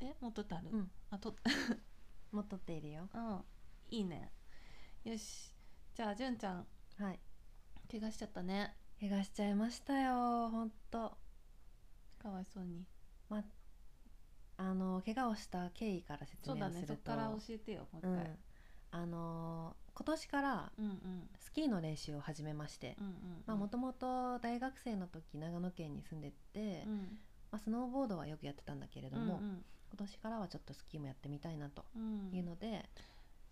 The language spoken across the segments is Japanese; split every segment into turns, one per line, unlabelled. えもっとってある、
うん
あと
もっとっているよ
うん いいねよしじゃあ純ちゃん
はい
怪我しちゃったね
怪我しちゃいましたよほんと
かわいそうに
まあの怪我をした経緯から説
そう
明
だ
をす
ね
ると
そっから教えてよもう一
う
回、
ん、あの今年から
うん、うん
スキーの練習を始めまして
うんうん
まあもともと大学生の時長野県に住んでて、
うんうん
まあ、スノーボードはよくやってたんだけれど
うん
も、今年からはちょっとスキーもやってみたいなと
うん
いうので、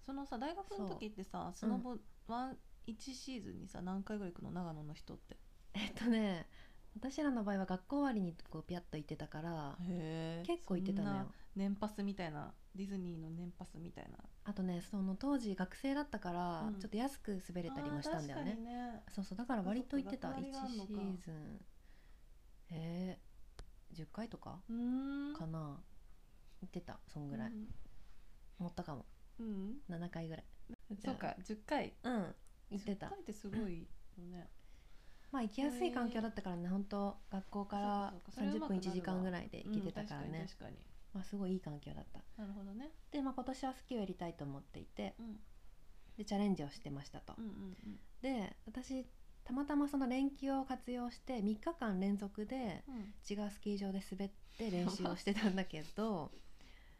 そのさ大学の時ってさスノボワン1シーズンにさ何回ぐらい行くの長野の人って
えっとね私らの場合は学校終わりにこうピャッと行ってたから
へ
結構行ってたのよ
年パスみたいなディズニーの年パスみたいな
あとねその当時学生だったから、
うん
ちょっと安く滑れたりもしたんだよね
ね
そうそうだから割と行ってた
そっ
1
かそっか学
シ
割があんのか
ーズンえー、10回とか
うーん
かな行ってたそんぐらい、
うん
持ったかも
うん
7回ぐらい
そうか10回
うん行ってた
10回ってすごいよね
まあ行きやすい環境だったからね本当学校から
そうかそうかそれはう
30
まく
分
なるわ
1時間ぐらい で行けてたからね、
うん確かに確か
まあ、すごいいい環境だった
になるほどね
で、まあ、今年はスキーをやりたいと思っていて
うん
でチャレンジをしてましたと、
うんうん
で私たまたまその連休を活用して3日間連続で
うんうん
違うスキー場で滑って練習をしてたんだけ ど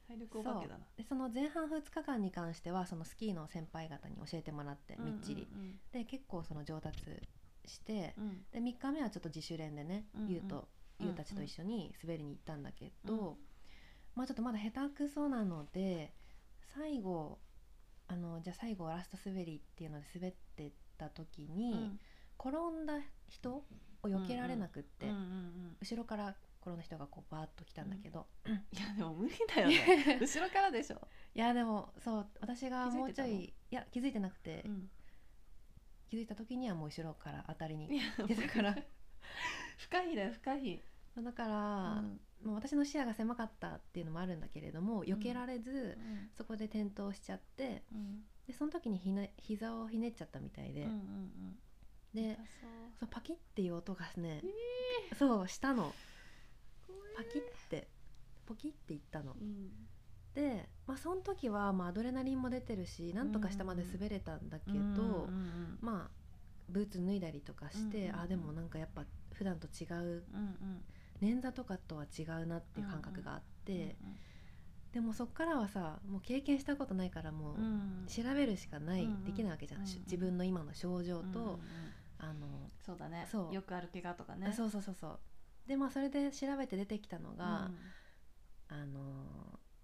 体力お化けだな
でその前半2日間に関してはそのスキーの先輩方に教えてもらってみっちり、
うん
で結構その上達して、
うんうん
で3日目はちょっと自主練でね、
うんうん
ゆうと
うん
ゆうたちと一緒に滑りに行ったんだけど、
うん
まあちょっとまだ下手くそなので最後あのじゃあ最後ラスト滑りっていうので滑ってった時に、
うん
転んだ人を避けられなくって、
うんうんうん
後ろから転んだ人がこうバーッと来たんだけど、
いやでも無理だよ ね後ろからでしょ
いやでもそう私がもうちょ
気
い
づい
いや気づいてなくて、
うん
気づいた時にはもう後ろから当たり
い
に
や
来てたから
不可避だよ不可避
だから、まあ、私の視野が狭かったっていうのもあるんだけれども避けられず、
うん
そこで転倒しちゃって
うん
でその時にひね膝をひねっちゃったみたいで、
うんうんうん
で
痛そう
そうパキッっていう音がね、そうしたのパキッてポキッていったの
うん
で、まあ、その時はまあアドレナリンも出てるしなんとか下まで滑れたんだけど、
うんうん
まあブーツ脱いだりとかして、
うんうんうん
あでもなんかやっぱ普段と違う
うんうん
捻挫とかとは違うなっていう感覚があって、
うん
でもそっからはさもう経験したことないからもう
うん
調べるしかない、
うんうん
できないわけじゃん、
う
し
んうん
自分の今の症状と、
うんうんうん
あの
そうだね
そう
よくある怪我とかね
あそうそうそうそうでまあそれで調べて出てきたのが、あの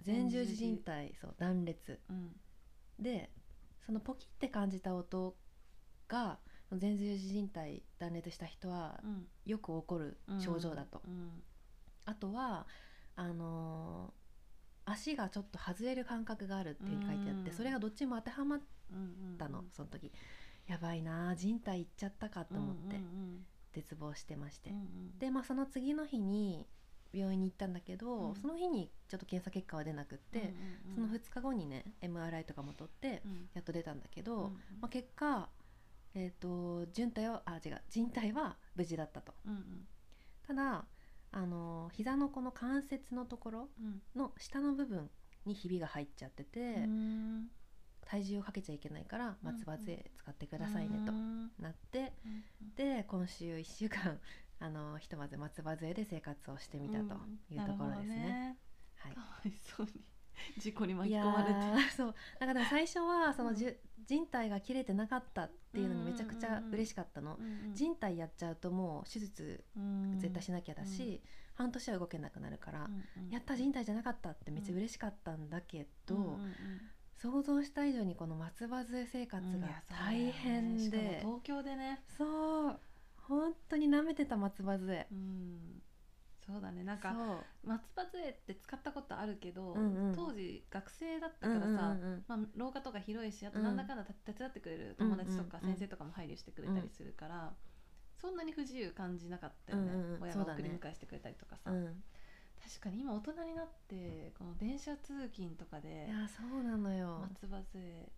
前十字靭帯そう断裂
うんうん
でそのポキって感じた音が前十字靭帯断裂した人は
うん
よく起こる
うん
症状だと、
うん
あとはあの足がちょっと外れる感覚があるっていうふうに書いてあって、
うん
それがどっちも当てはまっ
うんうん
たの、
うん
その時やばいなあ人体いっちゃったかと思って
うんうん
絶望してまして、
うんうん
でまあその次の日に病院に行ったんだけど、
うん
その日にちょっと検査結果は出なくって、
うんうん
その2日後にね MRI とかも取って
うん
やっと出たんだけ
う
ど、
ん
まあ、結果えっ、と人体はあ違う人体は無事だったと
うんうん
ただあの膝のこの関節のところ
うん
の下の部分にひびが入っちゃってて、
うん
体重をかけちゃいけないから松葉杖使ってくださいねと
うん
なって
うん
で今週1週間 あのひとまず松葉杖で生活をしてみたというところですね。は
う
い
んなるほどねかわいそうに事故に巻
い
き
や
込まれて
ーそうだから最初はそのじゅ、
う
人体が切れてなかったっていうのにめちゃくちゃ嬉しかったの、人体やっちゃうともう手術絶対し
な
なきゃだし、
う
半年は動けなくなるから、やった人体じゃなかったってめっちゃ嬉しかったんだけど、想像した以上にこの松葉杖生活が大変で、
東京でね
そう本当に舐めてた松葉杖
うんそうだねなんか松葉杖って使ったことあるけど、
うんうん
当時学生だった
そう
からさ、
うんうんうん
まあ、廊下とか広いしあと
うん
なんだかんだ手伝ってくれる友達とか
うんうんう
先
ん
生とかも配慮してくれたりするから、そんなに不自由感じなかったよね、
うんうん
親
そう
が
だ
送
ね
り迎えしてくれたりとかさ、
うん
確かに今大人になってこの電車通勤とかで
いやそうなのよ、
松葉杖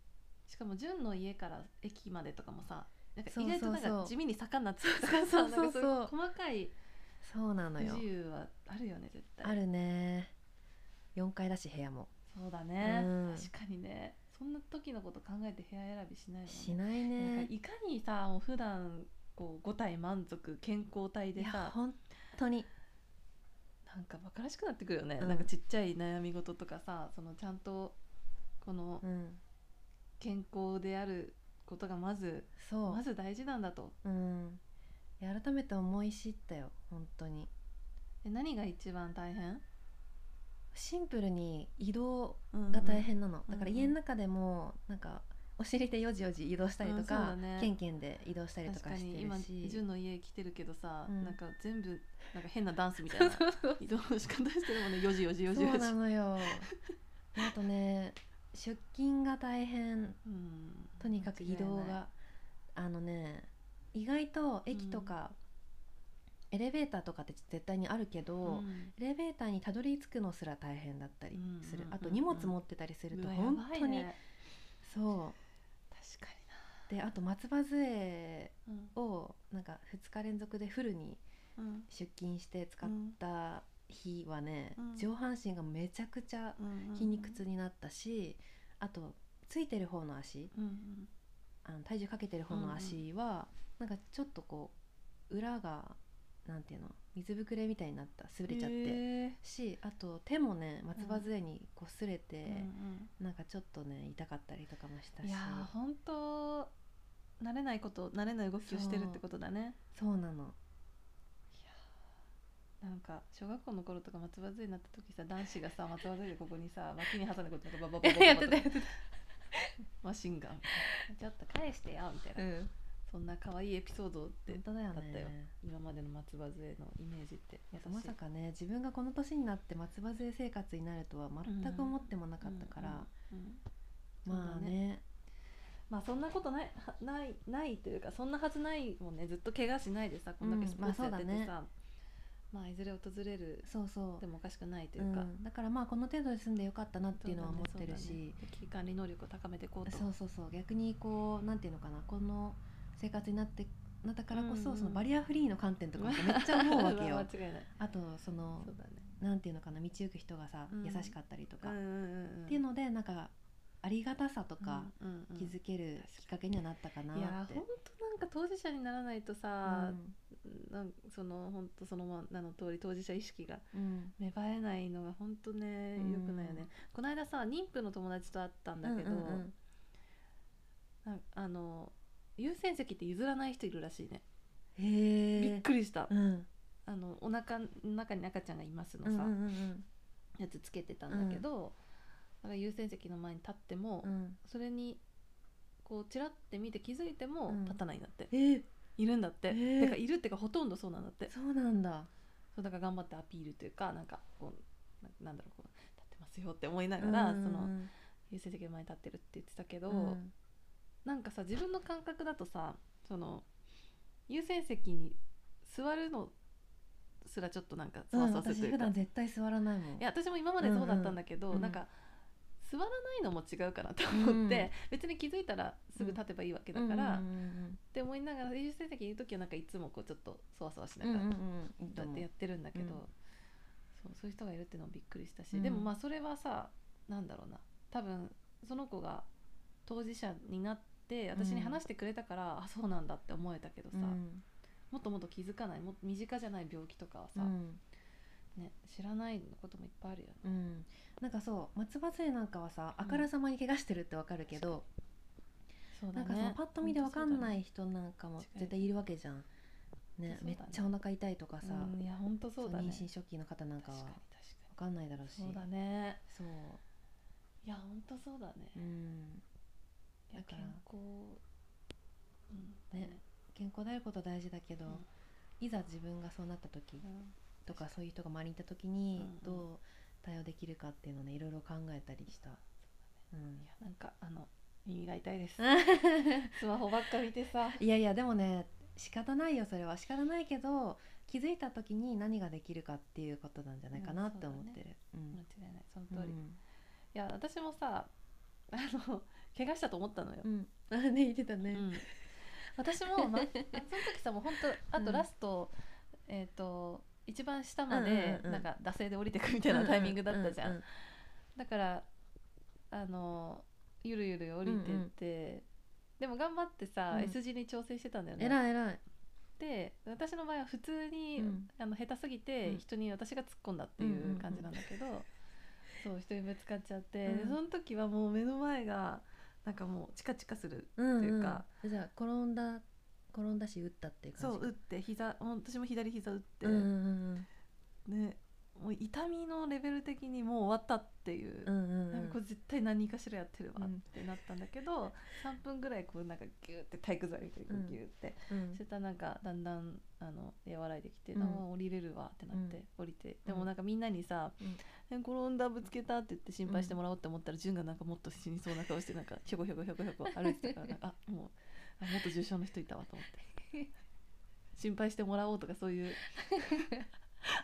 しかも純の家から駅までとかもさなんか
そう
意
そう
外
そ
と
う
なんか地味に坂になっちゃうからさ
そうそう
な
そう
んかそういう細かい
そうなの
不
よ
自由はあるよね絶対
あるね4階だし部屋も
そうだね、
うん
確かにねそんな時のこと考えて部屋選びしないもんね
しない
なん
ね
かいかにさもう普段こう5体満足健康体
い
で
や
さ
本当に
なんか馬鹿らしくなってくるよね、
うん
なんかちっちゃい悩み事とかさそのちゃんとこの
うん
健康であることがまず、
そう
まず大事なんだと
うんいや改めて思い知ったよ本当に
で何が一番大変、
シンプルに移動が大変なの、
うん
だから家の中でもなんかお尻でよじよじ移動したりと
うんそう
か、
だね
ケンケンで移動したりと
確
か
か
して
に
る
今
し
純の家来てるけどさ、
うん
なんか全部なんか変なダンスみたいな移動の仕方してるもんね4時4時4時
そう
4時
な のよあとね出勤が大変
うん
とにかく移動があのね意外と駅とか、エレベーターとかって絶対にあるけど、
間違いないうん
エレベーターにたどり着くのすら大変だったりする、
うんうんうんうん
あと荷物持ってたりする
う
と
わ
本
やばい
当に、
ね
そ
確か
うであと松葉杖
にな
をなんか2日連続でフルに
うんうん
出勤して使った日はね、
うん
上半身がめちゃくちゃ
うん
筋肉痛になったし、あとついてる方の足
うんうん
あの体重かけてる方の足は、なんかちょっとこう裏がなんていうの水ぶくれみたいになった
へ
滑れちゃって。
ー
しあと手もね松葉杖にこすれて、
うん
なんかちょっとね痛かったりとかもし
う
た
ん
し
いやー本当慣れないこと慣れない動きをしてるってことだね
そうなの
なんか小学校の頃とか松葉杖になった時さ男子がさ松葉杖でここにさ脇に挟んでこ うやってババババババババ
やって
マシンガンみたいなちょっと返してよみたいな
うん
そんな可愛いエピソードって
本当だよ
だったよ
ね
今までの松葉杖のイメージって優しい
まさかね自分がこの年になって松葉杖生活になるとは全く思ってもなかったから、
うんうんうん
まあ
そうだ
ね
ねまあそんなことない はないないというかそんなはずないもんねずっと怪我しないでさこんだけスポーツ
う
やっ
んまあ
ててさ、
そ
ま
う
あいずれ訪れる
そうそう
でもおかしくないといううか、
ん、だからまあこの程度で済んでよかったなっ
そ
て
う
い
だね
うのは思ってる
そうだ
し
ね危機管理能力を高めていこうと
そうそうそう逆にこうなんていうのかなこの生活になってなったからこそ、
うんうん
そのバリアフリーの観点とかってめっちゃ思う わけ
間
よ
違いない
あとその
そうだね
なんていうのかな道行く人がさ、
うん
優しかったりとか、
うん
っ
うんうん
ていうのでなんかありがたさとか
うんうんうん
気づけるきっかけにはなったかない
や
って
ー。本当なんか当事者にならないとさ
う、ん
なんその本当そのま名の通り当事者意識が
うん
芽生えないのが本当ね
うん
良くないよね、この間さ妊婦の友達と会ったんだけど、
うんうん
なんあの優先席って譲らない人いるらしいね、
うん
び
へ
っ
え
くりした、
うん
あのお腹の中に赤ちゃんがいますの
うん
さ、
うん
やつつけてたんだけど、だから優先席の前に立っても、
うん
それにこうちらって見て気づいても
うん
立たないんだって、
えー
いるんだって、
へー
てかいるってかほとんどそうなんだって
そうなんだ
そうだから頑張ってアピールというかなんかこうななんだろうこう立ってますよって思いながら、
うんうん
そ
うん
の優先席の前に立ってるって言ってたけど、
うん
なんかさ自分の感覚だとさその優先席に座るのすらちょっとなんかそわ
うん
そわする
私
という
普
か、
段
い
絶対座らないもん
や私も今までそうだったんだけど、
うんうん
なんか座らないのも違うかなと思って、
うん
別に気づいたらすぐ立てばいいわけだから、
う
っ
んうん
て思いながら優先席にいる時はなんかいつもこうちょっとそわそわしな
うんう
が
ん
ら、
うんうんうんいいと
だっ
思
てやっ
う
てるんだけど、
うん
そうそういう人がいるっていうのもびっくりしたし、
うん
でもまあそれはさなんだろうな多分その子が当事者になって私に話してくれたから、あそうなんだって思えたけどさ、
うん
もっともっと気づかないもっと身近じゃない病気とかは
う
さ、
ん
ね、知らないこともいっぱいあるよね。
うん、なんかそう松葉杖なんかはさあからさまに怪我してるってわかるけど、
そう
なんかそのパッと見でわかんないい人なんかも
近い
絶対いるわけじゃん、ね
そうだ
めっ
ね
ちゃお腹痛いとかさ、
うん、いや本当
そ
そううだね
妊娠初期の方なんかは
確
わ
かに
かんないだろう
確
し
かにそうだね
そう
いや本当そうだね、
うん、
いや
だか
健
ら
康、うん、
ね健康であること大事だけど、
うん
いざ自分がそうなった時
うん
とかそういう人が周りにいた時に
うんうん
どう対応できるかっていうのねいろいろ考えたりした、うん
いやなんかあの耳が痛いですスマホばっか見てさ
いやいやでもね仕方ないよそれは仕方ないけど気づいた時に何ができるかっていうことなんじゃないかなって思ってる。うん
間違いないその
う
通り、い
ん
や私もさあの怪我したと思ったのよ、
うん、 あね言ってたね。
うん私も、ま、その時さもう本当あ
う
と
ん
ラスト、えっ、と一番下まで、
うんうんうん
なんか惰性で降りてくみたいなタイミングだったじゃん,、
うう
だからあのゆるゆる降りてって、でも頑張ってさ、
うん
S 字に調整してたんだよね。
偉い偉い
で私の場合は普通に、
うん
あの下手すぎて
うん
人に私が突っ込んだっていう感じなんだけど、そう人にぶつかっちゃって、
うん
でその時はもう目の前がなんかもうチカチカする
うんうん
というか
じゃあ転んだ転んだし打ったっていう感
そ
じ
う打って膝もう私も左膝打って、
うんうん
ねもう痛みのレベル的にもう終わったっていう。
うんうんうんう
なん
ん
かこれ絶対何かしらやってるわ
う
っ
ん
てなったんだけど、3分ぐらいこうなんかギューって体育座りみたいにギューって
うん
そしたらなんかだんだんあの和らいできて、
うん
あ降りれるわってなって、
うん
降りて
うん
でもなんかみんなにさ
うん
「え転んだぶつけた」って言って心配してもらおうって思ったら、純がなんかもっと死にそうな顔してなんかひょこひょこひょこひょこ歩いてたから なんかあもうあもっと重症の人いたわと思って心配してもらおうとかそういう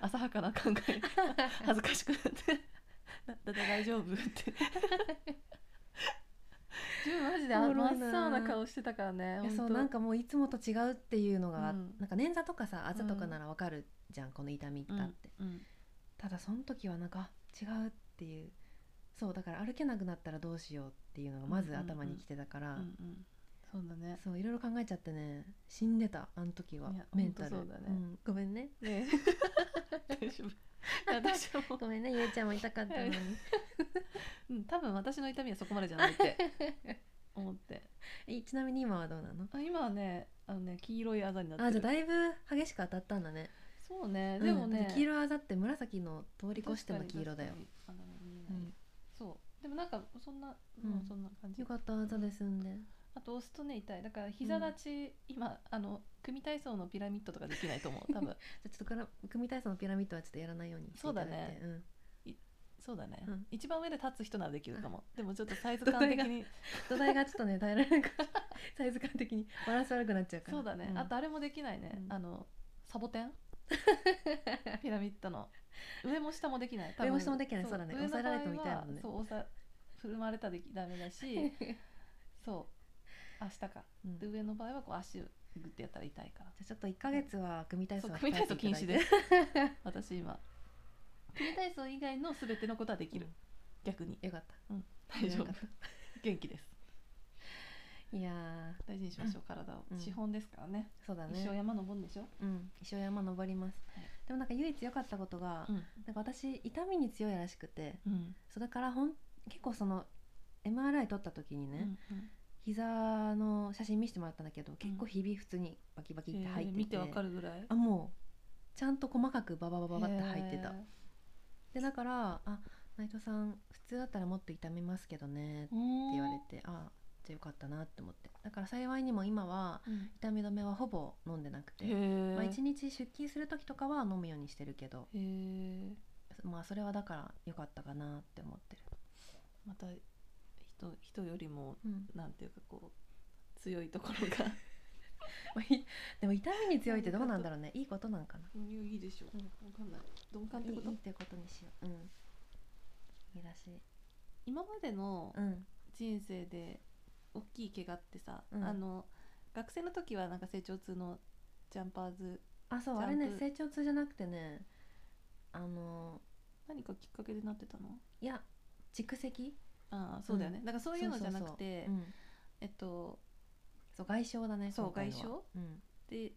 浅はかな考え恥ずかしくなって「だだだ大丈夫?」 って。純マジであ
おもろ
真
いな
っ青な顔してたからね
いやそう
本当
なんかもういつもと違うっていうのが、
うん
なんか捻挫とかさあざとかならわかるじゃん、この痛みだって、
うんうん
ただその時はなんかあ違うっていうそうだから歩けなくなったらどうしようっていうのがまず頭にきてたから、
うんうん、そうだね。
そういろいろ考えちゃってね死んでたあの時はい
や
メンタ
ほ
ル
んとそうだね
んごめんね
ね大丈夫。いや私はもう
ごめんねゆうちゃんも痛かった のに
うん、多分私の痛みはそこまでじゃないって思って。
えちなみに今はどうなの
あ今はね、あのね、黄色いあざになってる。
あじゃあだいぶ激しく当たったんだね
そうね、でも
うん
ね
だっ、て黄色いあざって紫の通り越しての
確か
黄
に
色だよ。
確かにあのね見え
う
ない
ん
そう。でもなんかそんな、
うん
もうそんな感じ
よ。かったあざで済んで
あと押すとね痛い。だから膝立ち、今あの組体操のピラミッドとかできないと思う。多 分
じゃあちょっとから組体操のピラミッドはちょっとやらないようにしていただいて
そうだね
ん、
そうだね、
うん
一番上で立つ人ならできるかも。でもちょっとサイズ
土
感
台
的
が
に
土台がちょっとね耐えられないからサイズ感的にバランス悪くなっちゃうから
そうだね、
ん
あとあれもできないね、
うん
あのサボテ ンピラミッドの上も下もできない多分
上も下もできないそうだね
上の
押さえられても痛い
場合は
もんね
そう押さ振るまれたらできダメだ しそう明日か
うん
で上の場合はこう足グッてやったら痛いから
じゃあちょっと1ヶ月は組体
そ
操
う
は
組体操禁止ですす 私今組体操以外の全てのことはできる、
うん
逆に
よかった
大丈夫
よかっ
元気です
いや
大事にしましょう体を、
うん
資本ですからね
ーそうだ
一生
ね
山登るんでしょ、
うん一生山登ります、
はい
でもなんか唯一良かったことが、
ん
なんか私痛みに強いらしくて
うん
そうだからほん結構その MRI 撮った時にね、膝の写真見せてもらったんだけど結構ひび普通にバキバキって入ってて、
見てわかるぐらい
あもうちゃんと細かくバババババって入ってた
へ
でだから「あ内藤さん普通だったらもっと痛みますけどね」って
ー
言われて「あじゃあよかったな」って思ってだから幸いにも今は
うん
痛み止めはほぼ飲んでなく
へ
て、
え
まあ、1日出勤する時とかは飲むようにしてるけど
へえ
まあそれはだからよかったかなって思ってる、
また人人よりも
うん
なんていうかこう強いところが
まあいでも痛みに強いってどうなん だろうねいいことなんかない
やいいでしょ
うん
わかんない鈍感っ
い
て
い
こと
いいってことにしよううんいいらしい
今までの
うん
人生で大きい怪我ってさ、
うん
あの学生の時はなんか成長痛のジャンパーズ
あそう
ジャン
あ
プ
れね成長痛じゃなくてねあの
何かきっかけでなってたの
いや蓄積
ああそうだよね、
う
だからそういうのじゃなくて
そうそうそううん
えっと
そう外傷だね
そう
今回は
外傷
うん
で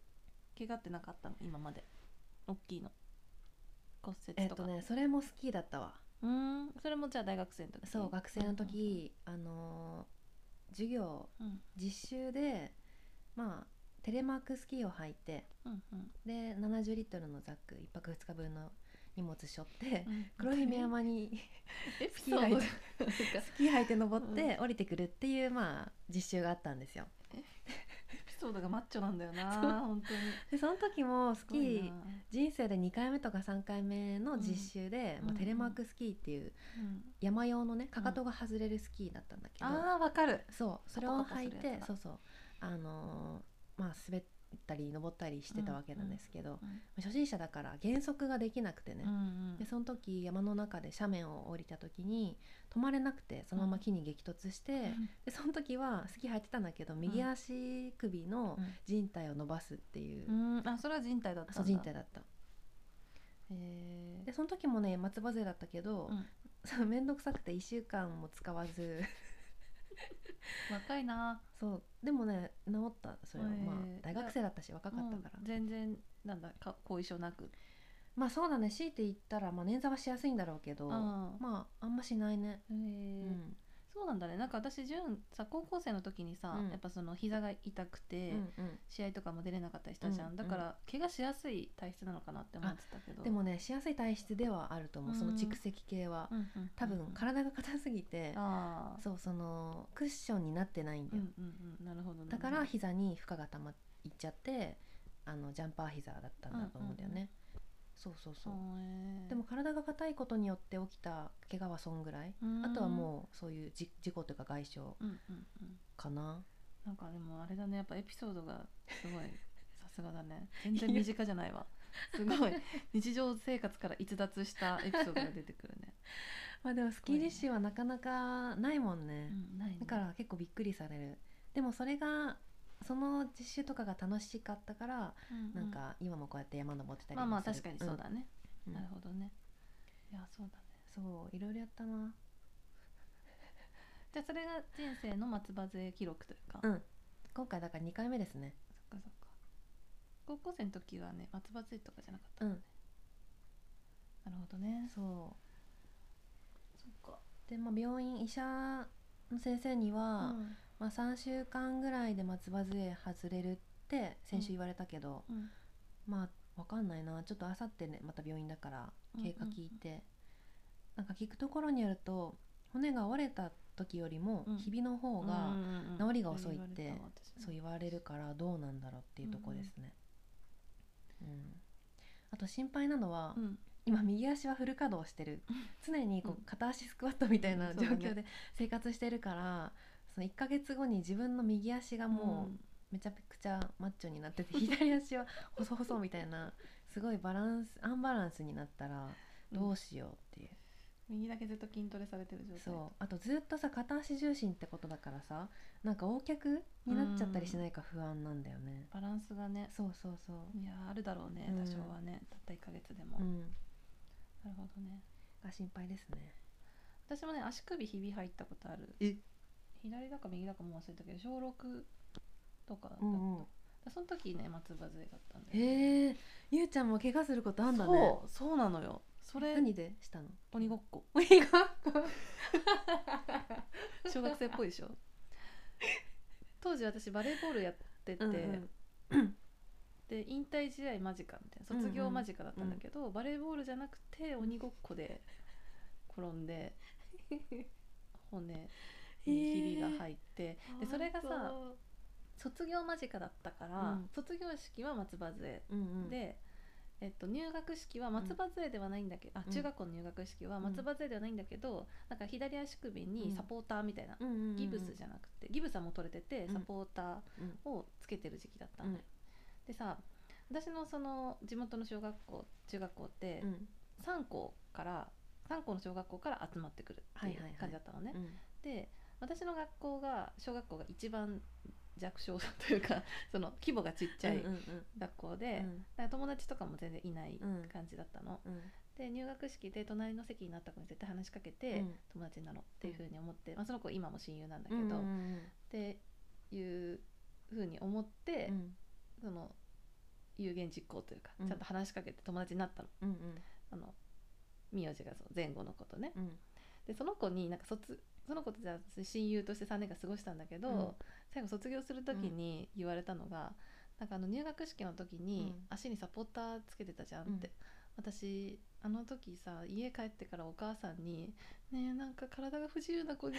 怪我ってなかったの今まで大きいの骨
え
折
っ
と
と
か、
ねそれも好きだったわ
うーんそれもじゃあ大学生の時
そう学生の、時、あのー授業
うんうん
実習でまあテレマークスキーを履いて
うんうん
で70リットルのザック1泊2日分の荷物背負って
うんうん、
黒姫山に
エピ
スキ
ソ
ー
ー
履
ド
いてスキー履いて登って降りてくるっていうまあ実習があったんですよ
エピソードがマッチョなんだよな
そう
本当に
でその時もス
す
キ
ごい
ー
な、
人生で2回目とか3回目の実習で、
うん
ま
うん
あ、テレマークスキーっていう
うん、
山用のねかかとが外れるスキーだったんだけど、
あーわかる
そうそれを履い
ポコポコするやつ
て
だ
そうそうあのーまあ滑ったり登ったりしてたわけなんですけど、
うん
初心者だから減速ができなくてね、
うん
でその時山の中で斜面を降りた時に止まれなくてそのまま木に激突して、でその時はスキー履いてたんだけど右足首の靭帯を伸ばすっていう、
うん、うん、あそれは人体だったんだ
そう靭帯だった
へえ
でその時もね松葉杖だったけど、
うん
そう 面倒くさくて1週間も使わず
若いな
そうでもね治ったそれは、
へえ
まあ大学生だったし若かったから、
うん全然なんだか後遺症なく
まあそうだね強いて言ったら、まあ、捻挫はしやすいんだろうけど
ああ
まああんましないね、
へえ
うん
そうなんだねなんか私純さ高校生の時にさ、
うん
やっぱその膝が痛くて、
うんうん
試合とかも出れなかったりしたじゃん、
うん
だから怪我しやすい体質なのかなって思ってたけど
でもねしやすい体質ではあると思うその
うん
蓄積系は、
うんうんうん
多分体が硬すぎて、
ああ
そうそのクッションになってないんだ
う
よ、
んうんうんなるほどなるほど
だから膝に負荷がたまっいっちゃってあのジャンパー膝だったんだと思うんだよね、
うんう
そうそう
そ
そう
う、へえ
でも体が硬いことによって起きた怪我はそんぐらい、
うん
あとはもうそういうじ事故というか外傷
うんうんうん
かな
なんかでもあれだねやっぱエピソードがす ごいさすがだね全然身近じゃないわすごい日常生活から逸脱したエピソードが出てくる ね、
まあでもスキー実習はなかなかないもんね、
うんないね
だから結構びっくりされるでもそれがその実習とかが楽しかったから、
うう
なんか今もこうやって山登ってたり
まあまあ確かにそう
だ、
だね、
うん
なるほどねいやそうだね
そういろいろやったな
じゃあそれが人生の松葉勢記録というか、
うん今回だから2回目ですね
そっかそっか高校生の時はね松葉杖とかじゃなかった
う
の
ん
なるほどね
そ
そっか
うで、まあ、病院医者の先生に
う
は、
ん
まあ、3週間ぐらいで松葉杖外れるって先週言われたけど、
うん
まあわかんないなちょっとあさってねまた病院だから
うんうんう
経
ん
過聞いて、なんか聞くところによると骨が折れた時よりも
うん
ひびの方が
うんうん
治りが遅いって
言われたわ私
そう言われるからどうなんだろうっていうとこですね、うんあと心配なのは、
うん
今右足はフル稼働してる常にこ
うん
う片足スクワットみたいな
うん
状
そうだね
況で生活してるから、その1ヶ月後に自分の右足がもうめちゃくちゃマッチョになってて、 左足は細々みたいなすごいバランスアンバランスになったら
うん
どうしようっていう、
右だけずっと筋トレされてる状態
そうあとずっとさ片足重心ってことだからさなんか横脚になっちゃったりしないか不安なんだよね、
バランスがね
そうそうそう、
いやーあるだろうね
うん
多少はね、たった1ヶ月でも、
うん、
なるほどね
が心配ですね
私もね足首ひび入ったことある
え
左だか右だかもう忘れたけど小6とかだった、
うんうん
その時ね松葉杖だったんだよね
へえゆうちゃんも怪我することあんだね
そうそうなのよそれ
何でしたの
鬼ごっこ
鬼ごっこ
小学生っぽい でしょ当時私バレーボールやってて、
うんうん
で引退試合間近みたいな卒業間近だったんだけど、バレーボールじゃなくて鬼ごっこで転ん で骨にひびが入って、でそれがさ卒業間近だったから、
うん
卒業式は松葉杖
うんうん
で、えっと、入学式は松葉杖ではないんだけど、
うん
あ中学校の入学式は松葉杖ではないんだけど、なんか左足首にサポーターみたいな、
うんうんうん
ギブスじゃなくてギブスはもう取れてて
うん
サポーターをつけてる時期だったんだよ、でさ私のその地元の小学校中学校って
うん
3校から3校の小学校から集まってくるっていう
はいはいはい
感じだったのね、
うん
で私の学校が小学校が一番弱小というか その規模がちっちゃい
うんうん
学校
う
で、
ん
だから友達とかも全然いない
うん
感じだったの、
うん
で入学式で隣の席になった子に絶対話しかけて、
うん
友達になろうっていうふうに思って、まあ、その子今も親友なんだけ
う
ど、
ん
っ
うん
ていうふうに思って、
うん
その有言実行というか、
うん
ちゃんと話しかけて友達になったの
うんうん
あの名字がそう前後の子とね
うん
でその子になんか卒その子とじゃあ親友として3年間過ごしたんだけど、
うん
最後卒業する時に言われたのが、なんかあの入学式の時に
うん
足にサポーターつけてたじゃんって、私あの時さ家帰ってからお母さんに「ねえなんか体が不自由な子に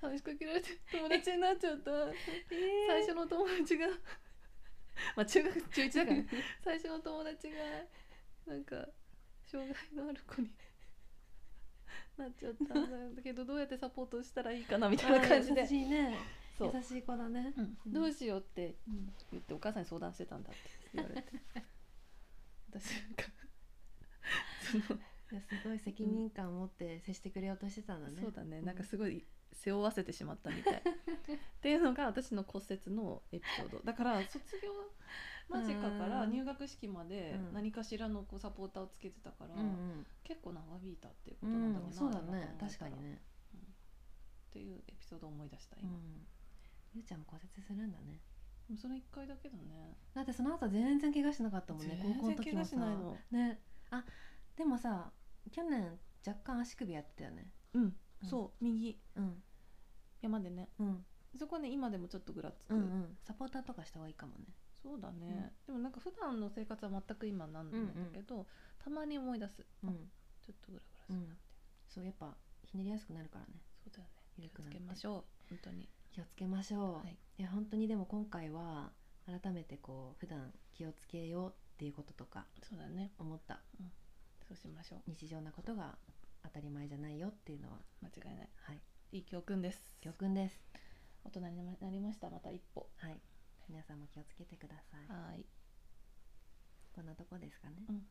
話しかけられて友達になっちゃった最初の友達がまあ中学中1だからね最初の友達がなんか障害のある子に なっちゃったんだけどどうやってサポートしたらいいかなみたいな感じ
あー優
で
しいね
そう、
優しい子だね
うん
うん
どうしようって
うん
言ってお母さんに相談して たんだって言われて私なんかその
かすごい責任感を持って接してくれようとしてたんだね、
そうだね
うん
なんかすごい背負わせてしまった みたいっていうのが私の骨折のエピソードだから卒業間近から
うん
入学式まで
うん
何かしらのこうサポーターをつけてたから、
うん
結構長引いたっていうこ
う
となん
ん
だろうな、
そうだ
今考
ね
えたら
確かに
っ
ね、
ていうエピソードを思い出した
う
今、
ん、ゆうちゃんも骨折するんだね
でもその1回だけだね
だってその後全然怪我してなかったもんね
全然
高校の時
怪
も
我
さ
しないの
ねあでもさ去年若干足首やってたよね
うん、
うん
そう右
うん
山でね
うん
そこね今でもちょっとぐらつく、
うんうんサポーターとかした方がいいかもね
そうだね、でもなんか普段の生活は全く今なんないんだけど、たまに思い出す、
う
あ
ん
ちょっとぐらぐらするなって、
そうやっぱひねりやすくなるからね
そうだよね
緩
気を
く
つ
なって
けましょう本当に
気をつけましょう、
はい
い、や本当にでも今回は改めてこう普段気をつけようっていうこととか
そうだね
思った
そうしましょう
日常なことが当たり前じゃないよっていうのは
間違いない
はい
いい教訓です
教訓です
大人になりましたまた一歩
はい皆さんも気をつけてください
はい
こんなとこですかね
うん